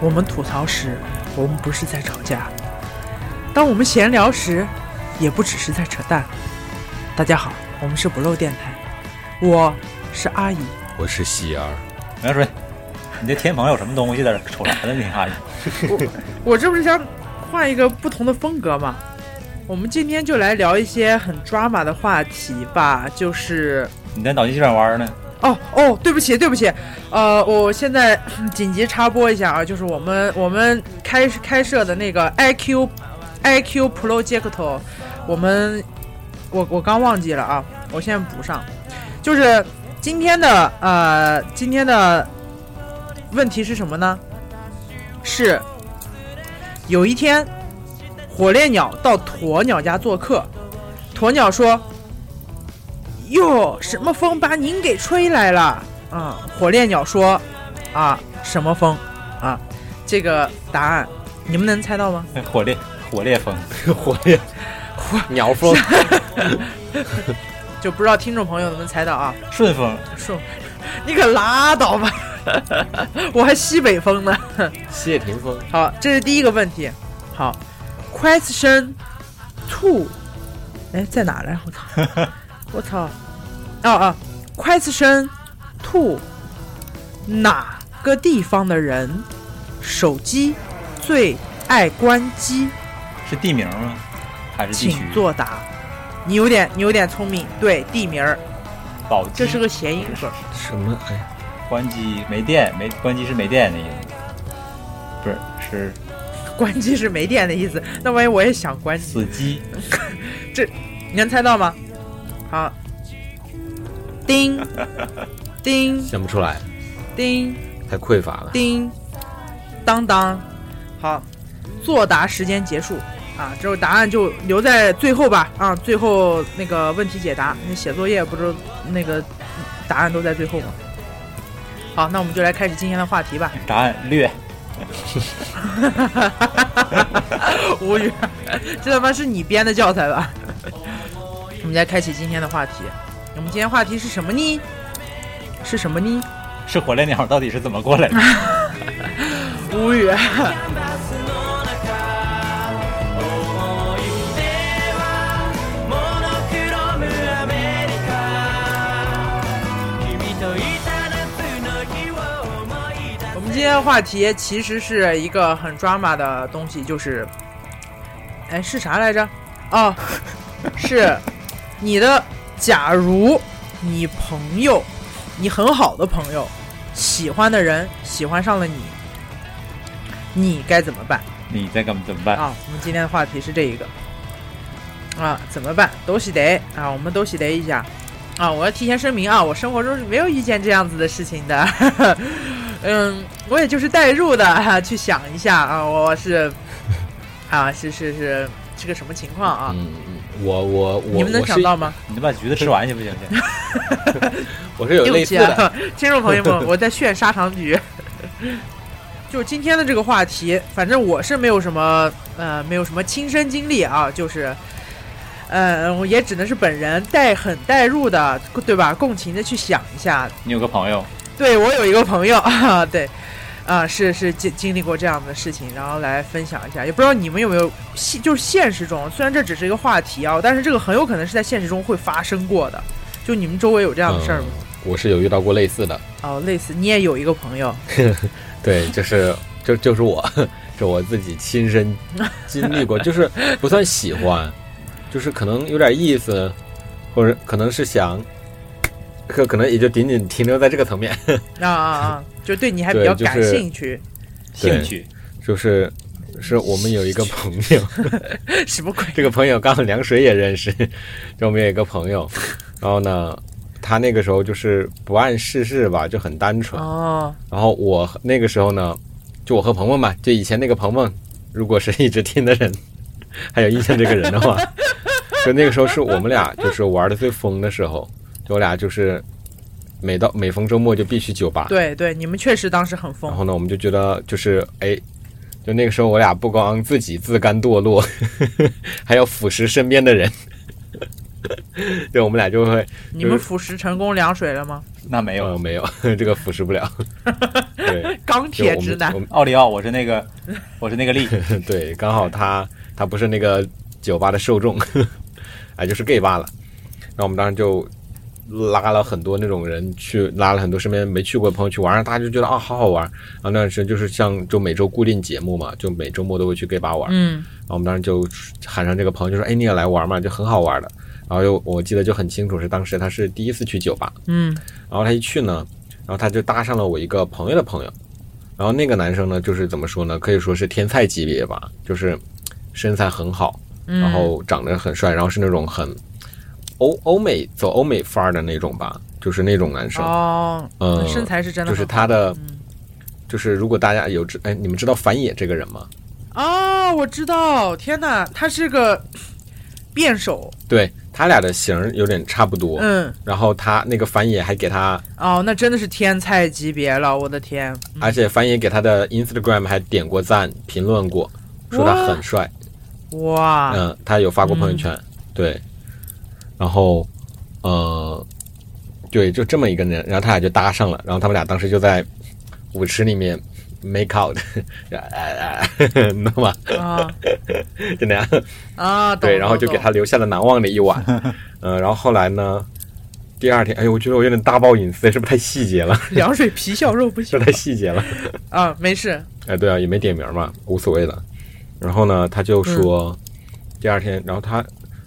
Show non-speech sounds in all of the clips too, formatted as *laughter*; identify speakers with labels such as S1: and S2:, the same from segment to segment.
S1: 我们吐槽时，我们不是在吵架；当我们闲聊时，也不只是在扯淡。大家好，我们是不漏电台，我是阿姨，
S2: 我是喜 *laughs* 儿。
S3: 苗水，你这天棚有什么东西在这瞅啥呢？你啊阿姨，
S1: 我这不是想换一个不同的风格嘛？我们今天就来聊一些很 drama 的话题吧，就是
S3: 你在脑筋急转弯呢？
S1: 哦哦，对不起，对不起，呃，我现在 *coughs* 嗯紧急插播一下啊，就是我们我们开开设的那个 IQ IQ Project，我们我我刚忘记了啊，我现在补上，就是今天的呃今天的问题是什么呢？是有一天火烈鸟到鸵鸟家做客，鸵鸟说：“哟，什么风把您给吹来了？啊、火烈鸟说：“啊，什么风？啊，这个答案你们能猜到吗？
S3: 那火烈火烈风，
S2: 火烈鸟风，
S1: *laughs* 就不知道听众朋友能不能猜到啊？
S3: 顺风，
S1: 说，你可拉倒吧，我还西北风呢。
S2: 谢霆锋，
S1: 好，这是第一个问题。好，question two，哎，在哪来？我操，我操，哦哦，question two，哪个地方的人手机最爱关机？
S3: 是地名吗？还是地
S1: 请
S3: 区？
S1: 作答。你有点，你有点聪明，对，地名儿，
S3: 宝鸡
S1: 这是个谐音梗。
S2: 什么？哎，
S3: 关机没电，没关机是没电的意思，不是是
S1: 关机是没电的意思，那万一我也想关机，
S3: 死机。
S1: 你能猜到吗？好，叮叮
S2: 想不出来，
S1: 叮
S2: 太匮乏了。
S1: 叮，当当，好，作答时间结束啊，之后答案就留在最后吧啊，最后那个问题解答，那写作业不是那个答案都在最后吗？好，那我们就来开始今天的话题吧。
S3: 答案略，
S1: 无语， *laughs* 这他妈是你编的教材吧？ *laughs* 我们来开启今天的话题。我们今天话题是什么呢？是什么呢？
S3: 是火烈鸟到底是怎么过来的？
S1: 啊无语。我们今天的话题其实是一个很 drama 的东西，就是，哎，是啥来着？哦，是你的，假如你朋友，你很好的朋友，喜欢的人喜欢上了你，你该怎么办
S3: 你在干怎么办？
S1: 啊？我们今天的话题是这一个啊，怎么办？都喜得啊，我们都喜得一下啊！我要提前声明啊，我生活中是没有遇见这样子的事情的。 *laughs* 嗯，我也就是代入的、啊、去想一下啊，我是啊，是是是是个什么情况啊？
S2: 嗯嗯，我我我，
S1: 你们能
S2: 我是
S1: 想到吗？
S3: 你把橘子吃完行不行？
S1: 啊
S3: 先
S2: 我是有
S1: 对
S2: 类
S1: 不
S2: 似
S1: 起啊
S2: 的，，嗯
S1: 听众朋友
S2: *laughs*
S1: 们，我在炫砂糖橘。 *laughs* 就今天的这个话题，反正我是没有什么呃，没有什么亲身经历啊，就是，呃，我也只能是本人带很带入的，对吧？共情的去想一下。
S3: 你有个朋友，
S1: 对我有一个朋友 *laughs* 啊，对，啊，是是经经历过这样的事情，然后来分享一下。也不知道你们有没有现，就是现实中，虽然这只是一个话题啊，但是这个很有可能是在现实中会发生过的。就你们周围有这样的事儿吗？
S2: 我是有遇到过类似的。
S1: 哦，类似你也有一个朋友，
S2: 对，就是就就是我，是我自己亲身经
S1: *laughs*
S2: 历过，就是不算喜欢，就是可能有点意思，或者可能是想，可可能也就仅仅停留在这个层面，
S1: 啊啊啊！就对你还比
S2: 对
S1: 较
S2: 就
S1: 感
S2: 是
S1: 兴
S2: *laughs*
S1: 趣，
S2: 对
S3: 兴趣
S2: 就是。是我们有一个朋友，
S1: 什么鬼？
S2: *laughs* 这个朋友刚好凉水也认识， *laughs* 就我们有一个朋友，然后呢，他那个时候就是不谙世事吧，就很单纯，
S1: 哦，
S2: 然后我和那个时候呢，就我和鹏鹏嘛，就以前那个鹏鹏，如果是一直听的人， *laughs* 还有印象这个人的话，就那个时候是我们俩就是玩的最疯的时候，就我俩就是每到每逢周末就必去酒吧，
S1: 对对，你们确实当时很
S2: 然
S1: 疯，
S2: 后呢，我们就觉得就是哎，就那个时候我 *laughs* 俩不光自己自甘堕落，还要腐蚀身边的人。 *laughs* 对，我们俩就会
S1: 你们腐蚀成功凉水了吗？
S3: 那没有
S2: 呃没有 *laughs* 这个腐蚀不了。对，
S1: 钢
S2: 就
S1: 铁
S2: 我
S1: 直
S2: 们
S1: 男
S2: 我，们
S3: 奥利奥，我是那个，我是那个力，
S2: 对，刚好他他不是那个酒吧的受众， *laughs* 哎，就是 gay 吧了。那我们当时就拉了很多那种人去，拉了很多身边没去过的朋友去玩，然后大家就觉得啊好好玩。然后那段时间就是像就每周固定节目嘛，就每周末都会去 gay 吧玩。
S1: 嗯
S2: 然后我们当时就喊上这个朋友，就说：“哎，你也来玩嘛，就很好玩的。”然后又我记得就很清楚，是当时他是第一次去酒吧，
S1: 嗯
S2: 然后他一去呢，然后他就搭上了我一个朋友的朋友，然后那个男生呢，就是怎么说呢，可以说是天菜级别吧，就是身材很好，
S1: 嗯，
S2: 然后长得很帅，然后是那种很欧欧美走欧美范儿的那种吧，就是那种男生，
S1: 哦，
S2: 嗯，
S1: 身材是真的
S2: 就是
S1: 很好
S2: 他的
S1: 嗯，
S2: 就是如果大家有知哎，你们知道樊野这个人吗？
S1: 哦，我知道，天哪，他是个辩手，
S2: 对他俩的型儿有点差不多，
S1: 嗯，
S2: 然后他那个樊野还给他，
S1: 哦，那真的是天菜级别了，我的天，嗯
S2: 而且樊野给他的 Instagram 还点过赞、评论过，说他很帅。
S1: 哇，啊嗯
S2: 嗯，他有发过朋友圈，对。然后，呃，对，就这么一个人，然后他俩就搭上了，然后他们俩当时就在舞池里面 make out，哎 *laughs* 哎哎， *laughs* 你懂吗？
S1: 啊
S2: 就那样。
S1: 啊，懂
S2: *laughs* 对，然后就给，他
S1: 懂 *laughs*
S2: 留下了难忘的一晚。嗯，然后后来呢，第二天，哎呦，我觉得我有点大爆隐私，是不是太细节了？ *laughs*
S1: 懂凉水皮笑肉不
S2: 是
S1: 行
S2: 不是太细节了？
S1: 啊，没事，
S2: 哎，对啊，也没点名嘛，无所谓的。然后呢，他就
S1: 嗯
S2: 说、第二天，然后他，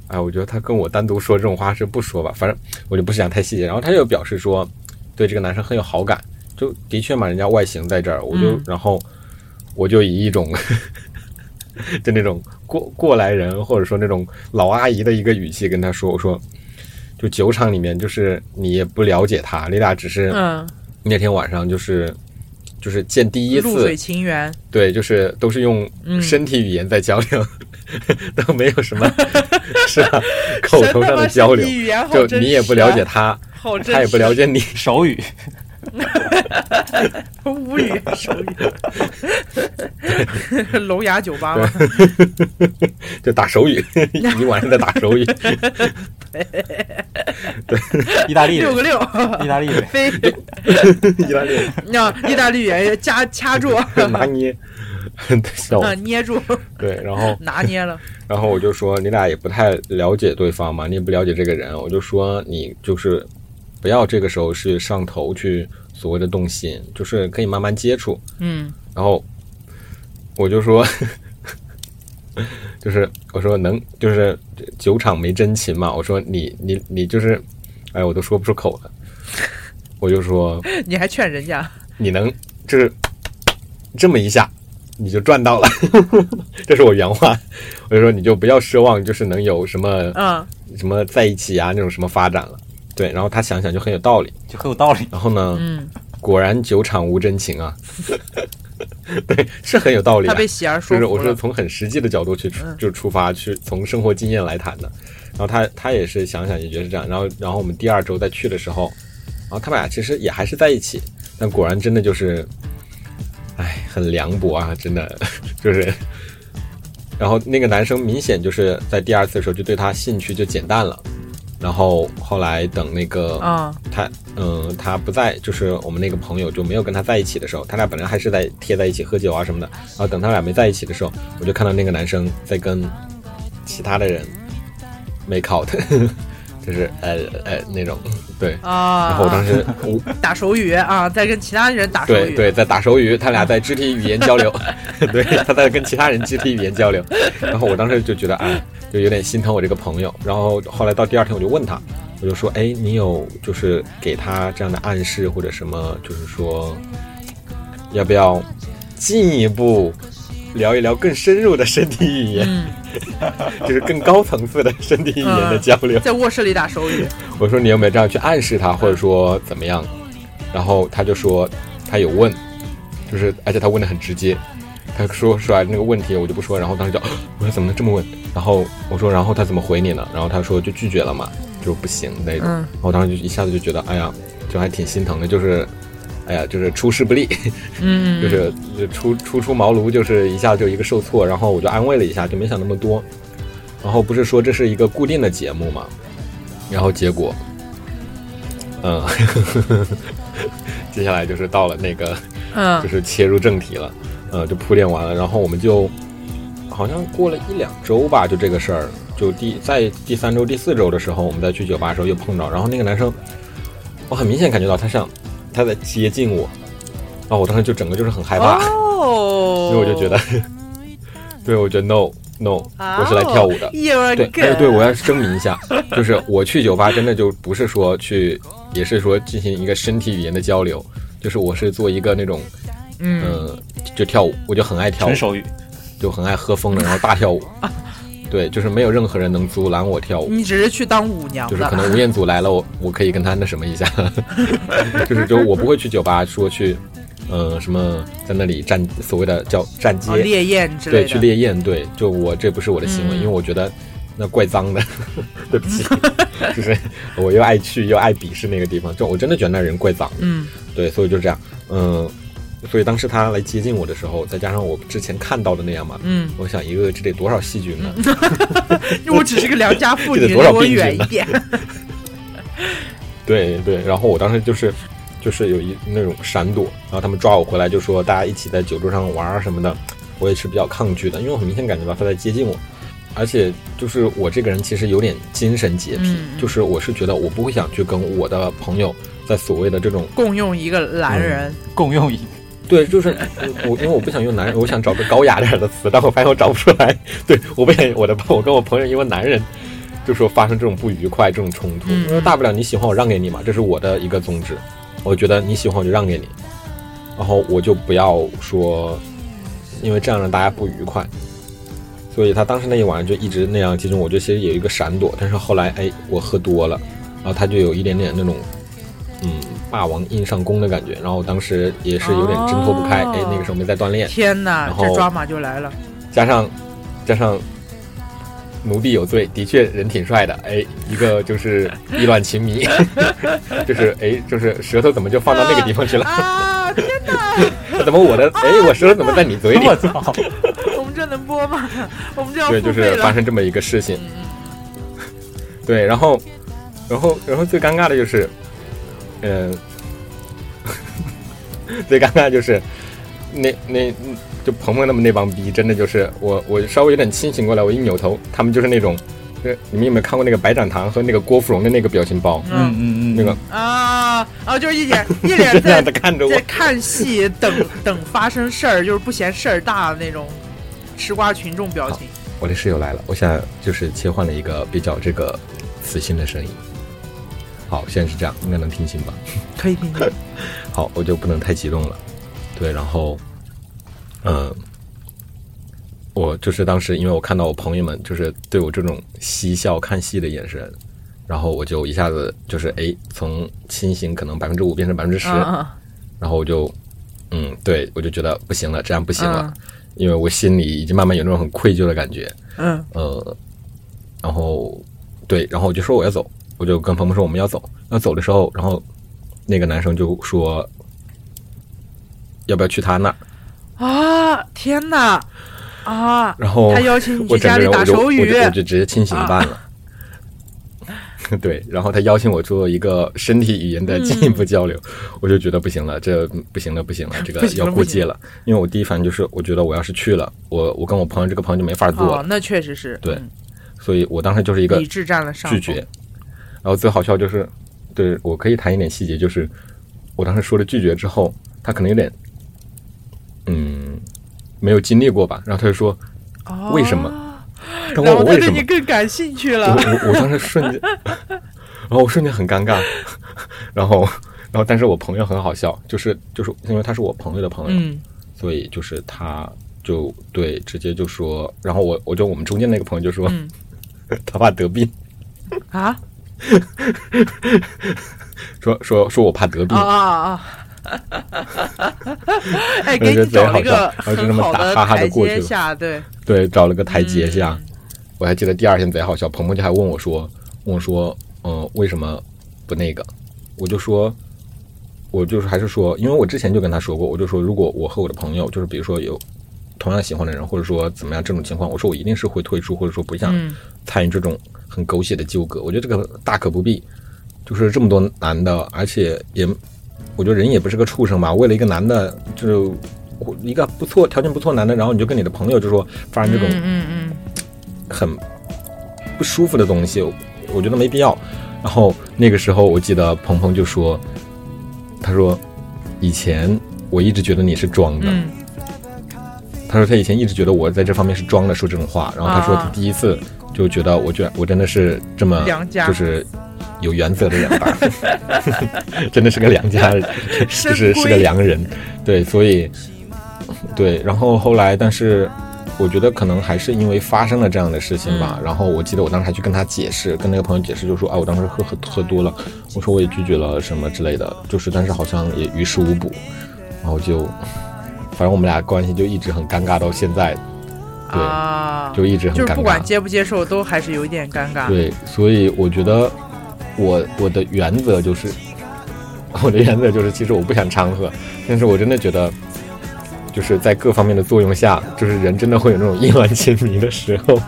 S2: 哎，我觉得他跟我单独说这种话是不说吧，反正我就不是想太细节。然后他又表示说对这个男生很有好感，就的确嘛，人家外形在这儿，我就、
S1: 嗯
S2: 然后我就以一种 *laughs* 就那种过过来人或者说那种老阿姨的一个语气跟他说，我说。就酒场里面，就是你也不了解他，你俩只是
S1: 嗯，
S2: 那天晚上就是就是见第一次，
S1: 露水情缘，
S2: 对，就是都是用
S1: 嗯
S2: 身体语言在交流， *laughs* 都没有
S1: *laughs*
S2: 什么是吧？口头上的交
S1: 神他妈身
S2: 流
S1: 体，语言好
S2: 就
S1: 真
S2: 你也不
S1: 实
S2: 了
S1: 啊
S2: 解他，
S1: 好真，啊
S2: 他也不了，解你，
S3: 手语，
S1: 无语手语， *laughs* 聋哑酒吧吗？
S2: 就打
S1: *laughs*
S2: 手语，一晚上在打手语，
S3: 意大利
S1: *laughs* 六个啊六，
S2: *laughs*
S3: 人，意大利人，
S1: 飞，
S2: 意大利人
S1: 那意大利语加掐住，
S2: 拿捏， *laughs*
S1: *laughs*
S2: 笑我
S1: 嗯，捏住，
S2: 对，然后
S1: 拿捏了，
S2: 然后我就说你俩也不太了解对方嘛，你也不了解这个人，我就说你就是不要这个时候是上头去所谓的动心，就是可以慢慢接触，
S1: 嗯
S2: 然后我就说， *laughs* 就是我说能，就是酒场没真情嘛。我说你你你就是，哎，我都说不出口了。我就说，
S1: 你还劝人家，
S2: 你能就是这么一下，你就赚到了。 *laughs* 这是我原话。我就说你就不要奢望就是能有什么
S1: 嗯
S2: 什么在一起啊那种什么发展了。对，然后他想想就很有道理。
S3: 就很有道理。
S2: 然后呢，
S1: 嗯，
S2: 果然酒场无真情啊。 *laughs* 对，是很有道理、啊。
S1: 他被喜儿说
S2: 就是
S1: 服
S2: 我是
S1: 了，
S2: 从很实际的角度去出
S1: 嗯
S2: 就出发去从生活经验来谈的，然后他他也是想想也觉得是这样，然后然后我们第二周再去的时候，然后他们俩其实也还是在一起，但果然真的就是，哎，很凉薄啊，真的 *laughs* 就是，然后那个男生明显就是在第二次的时候就对他兴趣就减淡了，然后后来等那个
S1: 啊
S2: 他嗯，他不在，就是我们那个朋友就没有跟他在一起的时候，他俩本来还是在贴在一起喝酒啊什么的。然后等他俩没在一起的时候，我就看到那个男生在跟其他的人 make out，就是呃呃那种对。然后我当
S1: 啊，
S2: 时，我
S1: 打手语啊，在跟其他人打手
S2: 对
S1: 语，
S2: 对，在打手语，他俩在肢体语言
S1: *laughs*
S2: 交流，对，他在跟其他人肢体语言交流。然后我当时就觉得，哎，就有点心疼我这个朋友。然后后来到第二天，我就问他，我就说，哎，你有就是给他这样的暗示或者什么，就是说，要不要进一步聊一聊更深入的身体语言，
S1: 嗯，
S2: *laughs* 就是更高层次的身体语言的
S1: 嗯
S2: 交流？
S1: 在卧室里打手语，
S2: 我说你有没有这样去暗示他，或者说怎么样？然后他就说他有问，就是而且他问的很直接，他说出来那个问题我就不说，然后当时就啊我说怎么能这么问？然后我说然后他怎么回你呢？然后他说就拒绝了嘛，就不行那种。
S1: 嗯
S2: 然后我当时就一下子就觉得哎呀，就还挺心疼的，就是。哎呀，就是出师不利，
S1: 嗯，
S2: 就是就初初出茅庐，就是一下就一个受挫，然后我就安慰了一下，就没想那么多。然后不是说这是一个固定的节目嘛，然后结果，嗯， *laughs* 接下来就是到了那个
S1: 嗯
S2: 就是切入正题了，呃，就铺垫完了，然后我们就好像过了一两周吧，就这个事儿，就第在第三周、第四周的时候，我们再去酒吧的时候又碰到，然后那个男生，我很明显感觉到他想他在接近我，啊，我当时就整个就是很害 *laughs* 怕，
S1: 哦，
S2: 所以我就觉得， *laughs* 对我觉得 no no，
S1: 啊
S2: 我是来跳舞的。
S1: You're
S2: 对
S1: good，，
S2: 哎，对，我要声明一下，就是我去酒吧真的就不是说去，也是说进行一个身体语言的交流，就是我是做一个那种
S1: 嗯
S2: 嗯，就跳舞，我就很爱跳舞
S3: 纯，手语，
S2: 就很爱喝疯了，然后大跳舞。
S1: 啊
S2: *laughs* 对，就是没有任何人能阻拦我跳舞，
S1: 你只是去当舞娘
S2: 就
S1: 嗯
S2: 是
S1: 的
S2: 可能吴彦祖来了，我我可以跟他那什么一下， *laughs* 就是就我不会去酒吧说去，呃，什么在那里站所谓的叫站
S1: 哦
S2: 街，
S1: 烈焰之类
S2: 对，
S1: 的，
S2: 去烈焰，对，就我这不是我的行为，
S1: 嗯
S2: 因为我觉得那怪脏的， *laughs* 对不起， *laughs* 就是我又爱去又爱鄙视那个地方，就我真的觉得那人怪脏，
S1: 嗯
S2: 对，所以就这样，嗯，所以当时他来接近我的时候，再加上我之前看到的那样嘛，
S1: 嗯，
S2: 我想一个这得多少细
S1: *laughs*
S2: 菌呢？
S1: 因为我只是个良家妇
S2: 嗯
S1: 女，
S2: 这得
S1: 离
S2: 多少
S1: 我
S2: 病菌
S1: 远一
S2: 呢
S1: 点。
S2: *laughs* 对对，然后我当时就是就是有一那种闪躲，然后他们抓我回来就说大家一起在酒桌上玩儿什么的，我也是比较抗拒的，因为我很明显感觉到他在接近我，而且就是我这个人其实有点精神洁癖，
S1: 嗯
S2: 就是我是觉得我不会想去跟我的朋友在所谓的这种
S1: 共用一个男人，
S2: 嗯
S3: 共用一
S2: 对，就是我，因为我不想用男人，我想找个高雅点儿的词，但我发现我找不出来。对，我不想我的我跟我朋友因为男人，就说发生这种不愉快、这种冲突。
S1: 嗯
S2: 因为大不了你喜欢我让给你嘛，这是我的一个宗旨。我觉得你喜欢我就让给你，然后我就不要说，因为这样让大家不愉快。所以他当时那一晚上就一直那样，其中我就其实有一个闪躲，但是后来哎，我喝多了，然后他就有一点点那种，嗯，霸王硬上弓的感觉。然后当时也是有点挣脱不开，
S1: 哦
S2: 哎，那个时候没在锻炼，
S1: 天哪
S2: 然，后
S1: 这抓马就
S2: *laughs*
S1: 来了。
S2: 加上加上奴婢有罪，的确人挺帅的，哎，一个就是意乱情迷，就是哎，就是舌头怎么就放到那个地方去了？
S1: 啊！天哪，
S2: 怎么我的哎，我舌头怎么在你嘴里？
S3: 我操！
S1: 我们这能播吗？我们这要
S2: 对，
S1: 付
S2: 就
S1: 费
S2: 是发
S1: 了。
S2: 生这么一个事情。 *laughs* 对，然后，然后，然后最尴尬的就是，嗯、 *laughs* 最尴尬的就是那那就鹏鹏他们那帮逼，真的就是我我稍微有点清醒过来，我一扭头，他们就是那种，呃，你们有没有看过那个白展堂和那个郭芙蓉的那个表情包？
S3: 嗯嗯嗯，
S2: 那个
S1: 啊啊！就是一脸
S2: *laughs*
S1: 一脸
S2: 这
S1: 在
S2: 样的看着我
S1: 在，看戏，
S2: *laughs*
S1: 等等发生事儿，就是不嫌事儿大的那种吃瓜群众表情。
S2: 我的室友来了，我现在就是切换了一个比较这个磁性的声音。好，现在是这样，应该能听清吧？
S1: 可以听听。
S2: 好，我就不能太激动了。对，然后，嗯，我就是当时因为我看到我朋友们就是对我这种嬉笑看戏的眼神，然后我就一下子就是哎，从清醒可能百分之五变成百分之十，
S1: 啊
S2: 然后我就，嗯，对我就觉得不行了，这样不行了，
S1: 嗯
S2: 因为我心里已经慢慢有那种很愧疚的感觉，
S1: 嗯
S2: 呃，然后对，然后我就说我要走，我就跟鹏鹏说我们要走。要走的时候，然后那个男生就说要不要去他那儿，
S1: 啊！天哪啊！
S2: 然后
S1: 他邀请你
S2: 哦我
S1: 去
S2: 整
S1: 家
S2: 个
S1: 里
S2: 人
S1: 打
S2: 我就
S1: 手
S2: 我就
S1: 语
S2: 我就直接清醒一半了。
S1: *laughs*
S2: 对，然后他邀请我做一个身体语言的进一步交流，我就觉得不行了，这不行了，
S1: *laughs*
S2: 不行了，这
S1: 嗯
S2: 个
S1: 不行了
S2: 要
S1: 不
S2: 过
S1: 行
S2: 界了。因为我第一反应就是，我觉得我要是去了，我我跟我朋友这个朋友就没法做了，
S1: 哦，那确实是
S2: 对
S1: 嗯
S2: 所以我当时就是一个
S1: 理智占了上
S2: 拒
S1: 风
S2: 绝。然后最好笑就是，对我可以谈一点细节，就是我当时说了拒绝之后，他可能有点，嗯，没有经历过吧。然后他就说
S1: *laughs* 哦
S2: 为什么？他问
S1: 然
S2: 我
S1: 后他
S2: 为
S1: 对
S2: 什
S1: 你
S2: 么，
S1: 更感兴趣
S2: 我
S1: 了。
S2: 我我当时瞬间， *laughs* 然后我瞬间很尴尬， *laughs* 然后然后但是我朋友很好笑，就是就是因为他是我朋友的朋友，
S1: 嗯
S2: 所以就是他就对直接就说，然后我我就我们中间那个朋友就说
S1: 嗯
S2: *laughs* 他怕得病，
S1: 啊
S2: 说说说我怕得病
S1: 啊，啊！啊
S2: *laughs*
S1: 哎，给
S2: 觉
S1: 你
S2: 得贼
S1: 找了
S2: 好
S1: 一个
S2: 笑然后就这
S1: 很
S2: 么
S1: 好
S2: 打
S1: 的
S2: 哈哈地
S1: 台
S2: 过去
S1: 阶
S2: 了
S1: 下，对，
S2: 对，找了个台阶
S1: 嗯
S2: 下。我还记得第二天贼好笑，鹏鹏就还问我说，问我说，嗯、为什么不那个？我就说，我就是还是说，因为我之前就跟他说过，我就说，如果我和我的朋友，就是比如说有同样喜欢的人，或者说怎么样这种情况，我说我一定是会退出，或者说不想
S1: 嗯
S2: 参与这种很狗血的纠葛。我觉得这个大可不必，就是这么多男的，而且也，我觉得人也不是个畜生吧，为了一个男的，就是一个不错条件不错男的，然后你就跟你的朋友就说发生这种
S1: 嗯嗯
S2: 很不舒服的东西，我我觉得没必要。然后那个时候，我记得鹏鹏就说：“他说以前我一直觉得你是装的。
S1: 嗯
S2: 他说他以前一直觉得我在这方面是装的，说这种话。然后他说
S1: 啊
S2: 他第一次就觉得我觉我真的是这么
S1: 良家
S2: 啊就是有原则的养大， *laughs* 真的是个
S1: *laughs*
S2: 良家，就
S1: 深
S2: 是
S1: 闺
S2: 是个良人。对，所以对，然后后来，但是我觉得可能还是因为发生了这样的事情吧。
S1: 嗯
S2: 然后我记得我当时还去跟他解释，跟那个朋友解释，就说啊，我当时喝喝喝多了，我说我也拒绝了什么之类的，就是但是好像也于事无补，然后就。反正我们俩关系就一直很尴尬到现在，
S1: 嗯
S2: 对
S1: 啊，
S2: 就一直很
S1: 就是
S2: 尴
S1: 不
S2: 尬
S1: 管。接不接受，都还是有一点尴尬。
S2: 对，所以我觉得我我的原则就是， *laughs* 我的原则就是，其实我不想掺和，但是我真的觉得，就是在各方面的作用下，就是人真的会有那种意乱情迷的时候，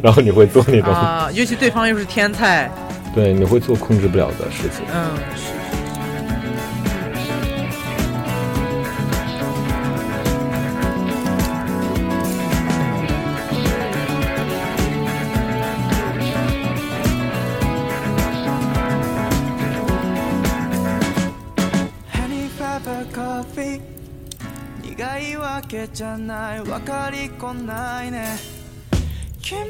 S2: *laughs* 然后你会做那种、
S1: 啊，尤其对方又是天才，
S2: *laughs* 对，你会做控制不了的事情。
S1: 嗯，
S4: Honey Pepper Coffee 苦いわけじゃないわかりこないね君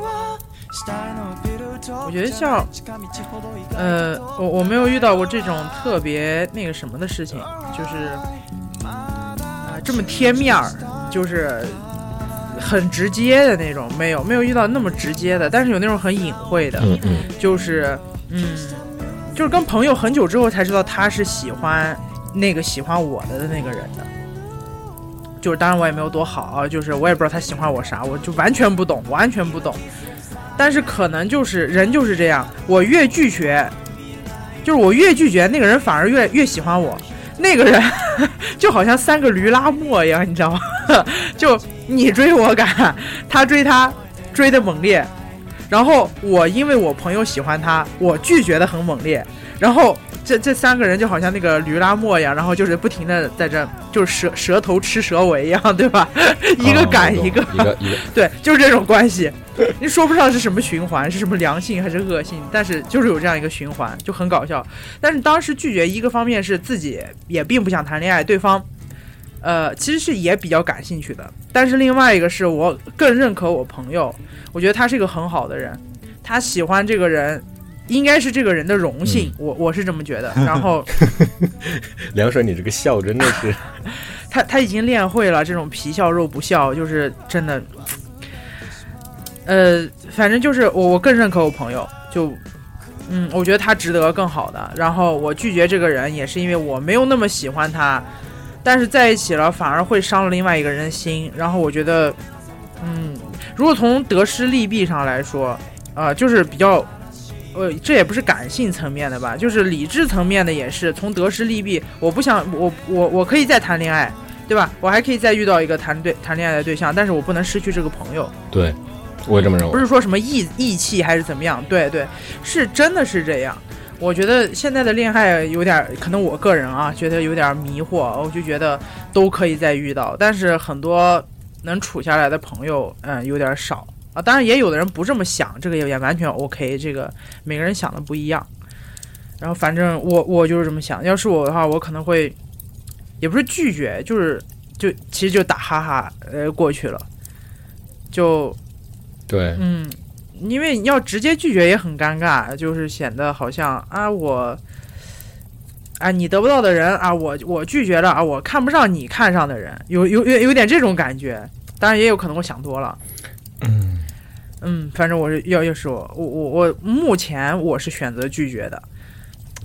S4: はしたいのビルと
S1: 我觉得像
S4: 近道ほど意外と
S1: 呃，我我没有遇到过这种特别那个什么的事情，就是啊、这么贴面儿，就是很直接的那种，没有没有遇到那么直接的，但是有那种很隐晦的，
S2: 嗯嗯，
S1: 就是嗯，就是跟朋友很久之后才知道他是喜欢那个喜欢我的的那个人的。就是当然我也没有多好啊，就是我也不知道他喜欢我啥，我就完全不懂，完全不懂。但是可能就是人就是这样，我越拒绝，就是我越拒绝那个人反而越越喜欢我。那个人 *laughs* 就好像三个驴拉磨一样，你知道吗？ *laughs* 就你追我赶，他追他，追的猛烈。然后我因为我朋友喜欢他，我拒绝的很猛烈。然后这这三个人就好像那个驴拉磨一样，然后就是不停的在这就是舌舌头吃舌尾一样，对吧？ *laughs* 一个
S2: 啊
S1: 赶
S2: 我懂
S1: 一个，
S2: 一个
S1: *laughs*
S2: 一个，
S1: 对，就是这种关系，你说不上是什么循环，是什么良性还是恶性，但是就是有这样一个循环，就很搞笑。但是当时拒绝，一个方面是自己也并不想谈恋爱，对方，呃，其实是也比较感兴趣的，但是另外一个是我更认可我朋友，我觉得他是一个很好的人，他喜欢这个人。应该是这个人的荣幸，我我是这么觉得。然后
S2: 梁水，你这个笑真的
S1: *laughs*
S2: 是
S1: 他他已经练会了这种皮笑肉不笑，就是真的，呃，反正就是我我更认可我朋友，就嗯，我觉得他值得更好的。然后我拒绝这个人也是因为我没有那么喜欢他，但是在一起了反而会伤了另外一个人的心。然后我觉得，嗯，如果从得失利弊上来说，呃，就是比较。呃，这也不是感性层面的吧，就是理智层面的也是从得失利弊。我不想，我我我可以再谈恋爱，对吧？我还可以再遇到一个谈对谈恋爱的对象，但是我不能失去这个朋友。
S2: 对，我也这么认
S1: 不
S2: 为。
S1: 是说什么义义气还是怎么样，对对，是真的是这样。我觉得现在的恋爱有点，可能我个人啊，觉得有点迷惑，我就觉得都可以再遇到，但是很多能处下来的朋友，嗯，有点少啊。当然也有的人不这么想，这个也也完全 OK，这个每个人想的不一样。然后反正我我就是这么想，要是我的话，我可能会也不是拒绝，就是就其实就打哈哈呃过去了，就
S2: 对，
S1: 嗯，因为你要直接拒绝也很尴尬，就是显得好像啊我啊你得不到的人啊我我拒绝了啊我看不上你看上的人，有有有有点这种感觉。当然也有可能我想多了。嗯，反正我是要要是我我我我目前我是选择拒绝的。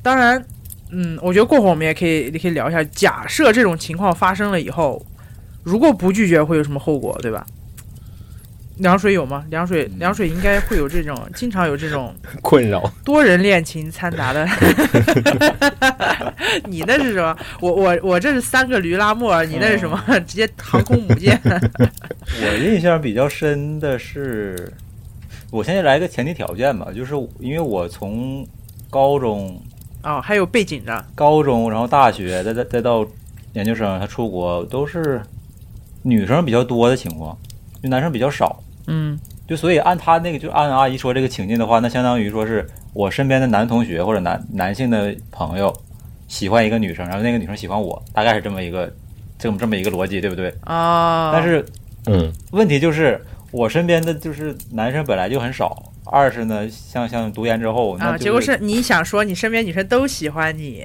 S1: 当然，嗯，我觉得过会儿我们也可以也可以聊一下，假设这种情况发生了以后，如果不拒绝会有什么后果，对吧？凉水有吗？凉水
S3: 嗯
S1: 凉水应该会有这种，经常有这种
S2: 困扰。
S1: 多人恋情掺杂
S3: *laughs*
S1: 的。你那是什么？我我我这是三个驴拉磨儿，你那是什么？
S3: 哦
S1: *laughs* 直接航空母舰。
S3: 我印象比较深的是，我现在来个前提条件吧，就是因为我从高中、
S1: 哦，还有背景的，
S3: 高中，然后大学，再再再到研究生，他出国都是女生比较多的情况，就男生比较少。
S1: 嗯
S3: 就所以按他那个，就按阿姨说这个情境的话，那相当于说是我身边的男同学或者男男性的朋友喜欢一个女生，然后那个女生喜欢我，大概是这么一个这么这么一个逻辑，对不对？
S1: 啊，
S3: 但是
S2: 嗯，
S3: 问题就是我身边的就是男生本来就很少，二是呢，像像读研之后，那、
S1: 啊，
S3: 就是、
S1: 结果是你想说你身边女生都喜欢你，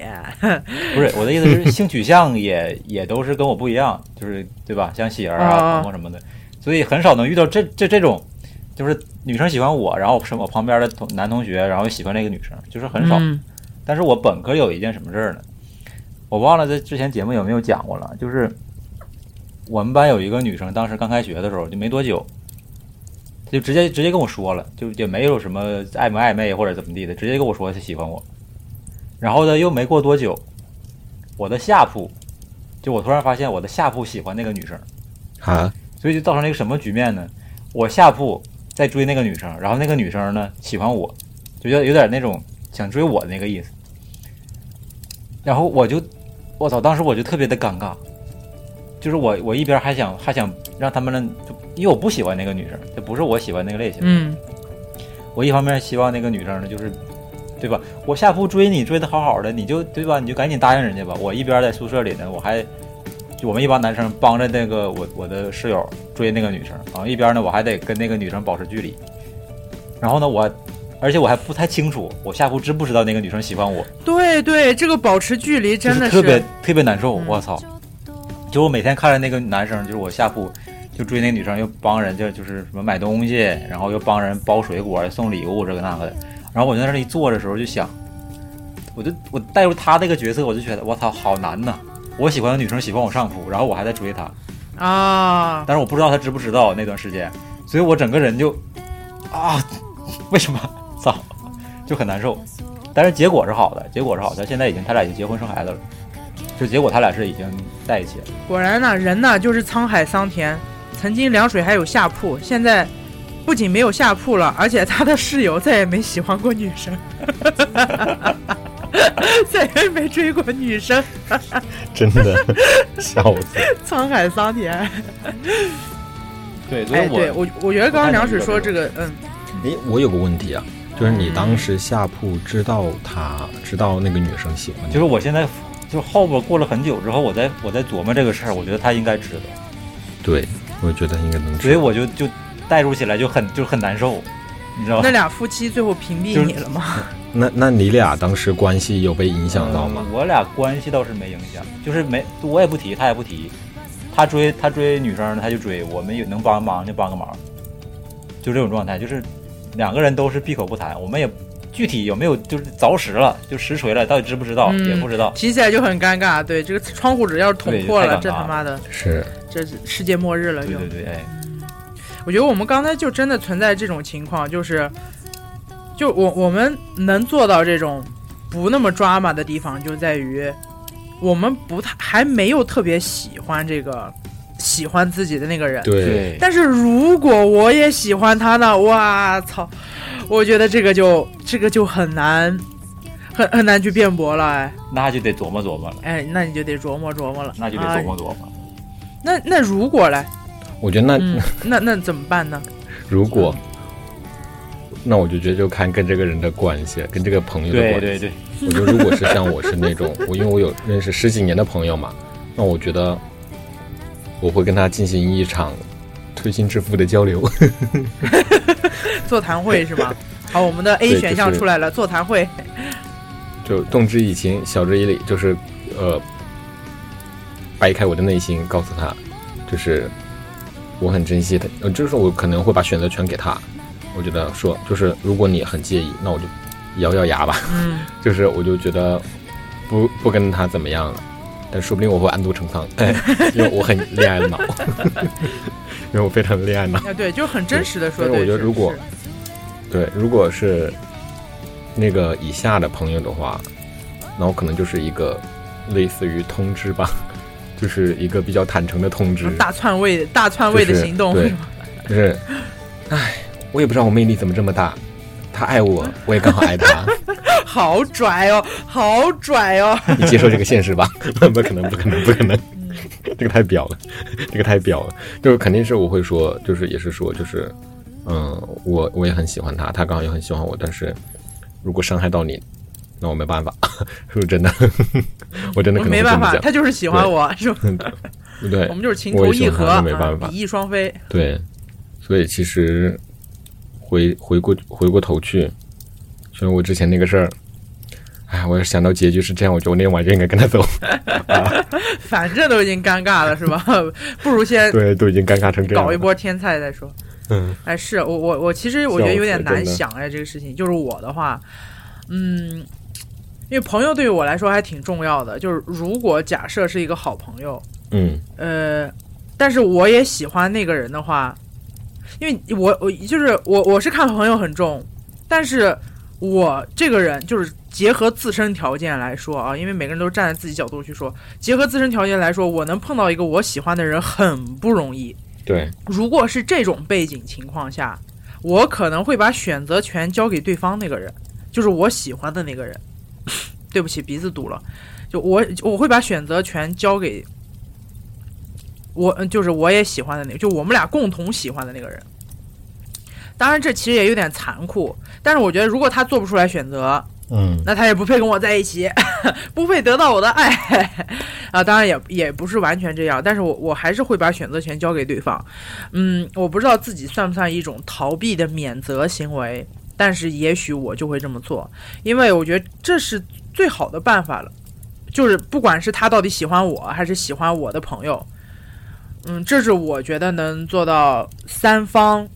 S3: 不是我的意思
S1: *laughs*
S3: 是性取向也也都是跟我不一样，就是对吧？像喜儿
S1: 啊
S3: 啊、鹏鹏什么的，所以很少能遇到这这这种，就是女生喜欢我，然后什么我旁边的同男同学，然后喜欢那个女生，就是很少。
S1: 嗯
S3: 但是我本科有一件什么事儿呢？我忘了在之前节目有没有讲过了，就是我们班有一个女生，当时刚开学的时候就没多久，她就直接直接跟我说了，就也没有什么暧没暧昧或者怎么地的，直接跟我说她喜欢我。然后呢，又没过多久，我的下铺，就我突然发现我的下铺喜欢那个女生，
S2: 啊，
S3: 所以就造成了一个什么局面呢？我下铺在追那个女生，然后那个女生呢喜欢我，就有有点那种想追我的那个意思。然后我就，我操！当时我就特别的尴尬，就是我我一边还想还想让他们呢，就因为我不喜欢那个女生，就不是我喜欢那个类型。
S1: 嗯
S3: 我一方面希望那个女生呢，就是，对吧？我下铺追你追的好好的，你就对吧？你就赶紧答应人家吧。我一边在宿舍里呢，我还就我们一帮男生帮着那个我我的室友追那个女生，然后一边呢我还得跟那个女生保持距离。然后呢我，而且我还不太清楚我下铺知不知道那个女生喜欢我，
S1: 对对，这个保持距离真的是
S3: 就是特别特别难受。
S1: 嗯
S3: 我操！就我每天看着那个男生，就是我下铺就追那女生，又帮人家就是什么买东西，然后又帮人包水果、送礼物这个那个的。然后我就在那里坐的时候就想，我就我带入他这个角色，我就觉得我操，好难呐！我喜欢的女生喜欢我上铺，然后我还在追她，
S1: 啊，
S3: 但是我不知道她知不知道那段时间，啊所以我整个人就啊，为什么操，就很难受。但是结果是好的，结果是好的，现在已经他俩已经结婚生孩子了，就结果他俩是已经在一起了。
S1: 果然呐、人呐、就是沧海桑田，曾经凉水还有下铺，现在不仅没有下铺了，而且他的室友再也没喜欢过女生， *laughs* 再也没追过女生，
S2: 真的
S1: *laughs*
S2: 笑死。
S1: 沧海桑田。
S3: 对，所以
S1: 哎，
S3: 我、
S1: 对我我觉得刚刚凉水说
S3: 我
S1: 这
S3: 看
S1: 个，嗯，
S2: 诶，哎我有个问题啊，就是你当时下铺知道他知道那个女生喜欢你
S3: 就
S2: 吗，
S3: 是我现在就后边过了很久之后，我再我再琢磨这个事儿，我觉得他应该知道，
S2: 对，我觉得应该能
S3: 所以
S2: 知道。
S3: 我就就代入起来就很就很难受，你知道吧
S1: 那？俩夫妻最后屏蔽
S3: 哦就是
S1: 你了吗？
S2: 那那你俩当时关系有被影响到吗
S3: 呃？我俩关系倒是没影响，就是没我也不提，他也不提，他追他追女生他就追，我们也能帮忙就帮个忙，就这种状态，就是两个人都是闭口不谈，我们也具体有没有就是凿实了就实锤了，到底知不知道、
S1: 嗯
S3: 也不知道。
S1: 提起来就很尴尬。对，这个窗户纸要是捅
S3: 对
S1: 破了，
S3: 太尴
S1: 这他
S3: 尬
S1: 妈的，
S2: 是，
S1: 这是世界末日了
S3: 对
S1: 就。
S3: 对对，哎，
S1: 我觉得我们刚才就真的存在这种情况，就是，就我我们能做到这种不那么 drama 的地方，就在于我们不太还没有特别喜欢这个喜欢自己的那个人。
S2: 对，
S1: 但是如果我也喜欢他呢，哇操，我觉得这个就这个就很难，很很难去辩驳了。哎
S3: 那就得琢磨琢磨了，
S1: 哎，那你就得琢磨琢磨了。
S3: 那就得
S1: 啊
S3: 琢磨琢磨。
S1: 那那如果嘞，
S2: 我觉得那、
S1: 嗯，那那怎么办呢？
S2: *laughs* 如果，那我就觉得就看跟这个人的关系，跟这个朋友的关
S3: 对
S2: 系。
S3: 对对，
S2: 我觉得如果是像我是那种，我因为我有认识十几年的朋友嘛，那我觉得我会跟他进行一场推心置腹的交流。
S1: 座谈会是吗？好，我
S2: *laughs*
S1: 们的 A
S2: 对
S1: 选项
S2: 就是
S1: 出来了，座谈
S2: *laughs*
S1: 会。
S2: 就动之以情，晓之以理，就是呃，掰开我的内心，告诉他，就是我很珍惜他，呃，就是我可能会把选择权给他。我觉得说，就是如果你很介意，那我就咬咬牙吧，
S1: 嗯，
S2: *laughs* 就是我就觉得不不跟他怎么 *laughs* *laughs* 样了，但说不定我会暗度陈仓，因为我很恋爱脑，因为我非常的恋爱脑。
S1: 啊，对，就是很真实的说。
S2: 但是
S1: 对，
S2: 我觉得
S1: 是
S2: 如果
S1: 是
S2: 对，如果是那个以下的朋友的话，那我可能就是一个类似于通知吧， *laughs* 就是一个比较坦诚的通知，
S1: 大篡位、大篡位的行动，
S2: 就是对就是，唉，我也不知道我魅力怎么这么大，他爱我，我也刚好爱他，
S1: 好拽哦，好拽哦！
S2: 你接受这个现实吧？ *laughs* 不可能，不可能，不可能，
S1: 嗯
S2: 这个太表了，这个太表了，就是肯定是我会说，就是也是说，就是，嗯，我我也很喜欢他，他刚好也很喜欢我，但是如果伤害到你，那我没办法， *laughs* 是不是真的？我真的
S1: 我
S2: 可能会
S1: 没
S2: 这
S1: 办
S2: 么
S1: 法，
S2: 讲
S1: 他就是喜欢我，是吧？
S2: 对
S1: 我，们就是情
S2: 我
S1: 投
S2: 也喜
S1: 意
S2: 欢
S1: 合，
S2: 他
S1: 啊，
S2: 没办法
S1: 比翼双飞。
S2: 对，所以其实回回过回过头去，就是我之前那个事儿，哎，我想到结局是这样，我觉得我那天晚上就应该跟
S1: *laughs*
S2: 他走，
S1: 反正都已经尴尬了，是吧？ *laughs* 不如先
S2: 对，都已经尴尬成这样了，
S1: 搞一波天菜再说。
S2: 嗯，
S1: 哎，是我我我其实我觉得有点难想哎，这个事情就是我的话，嗯，因为朋友对于我来说还挺重要的，就是如果假设是一个好朋友，
S2: 嗯
S1: 呃，但是我也喜欢那个人的话，因为我我就是我我是看朋友很重，但是我这个人就是结合自身条件来说啊，因为每个人都站在自己角度去说，结合自身条件来说，我能碰到一个我喜欢的人很不容易。
S2: 对，
S1: 如果是这种背景情况下，我可能会把选择权交给对方那个人，就是我喜欢的那个人。对不起，鼻子堵了。就我我会把选择权交给我，嗯就是我也喜欢的那个，就我们俩共同喜欢的那个人。当然，这其实也有点残酷，但是我觉得如果他做不出来选择，
S2: 嗯
S1: 那他也不配跟我在一起， *laughs* 不配得到我的爱 *laughs* 啊！当然也也不是完全这样，但是我我还是会把选择权交给对方。嗯，我不知道自己算不算一种逃避的免责行为，但是也许我就会这么做，因为我觉得这是最好的办法了。就是不管是他到底喜欢我，还是喜欢我的朋友，嗯，这是我觉得能做到三方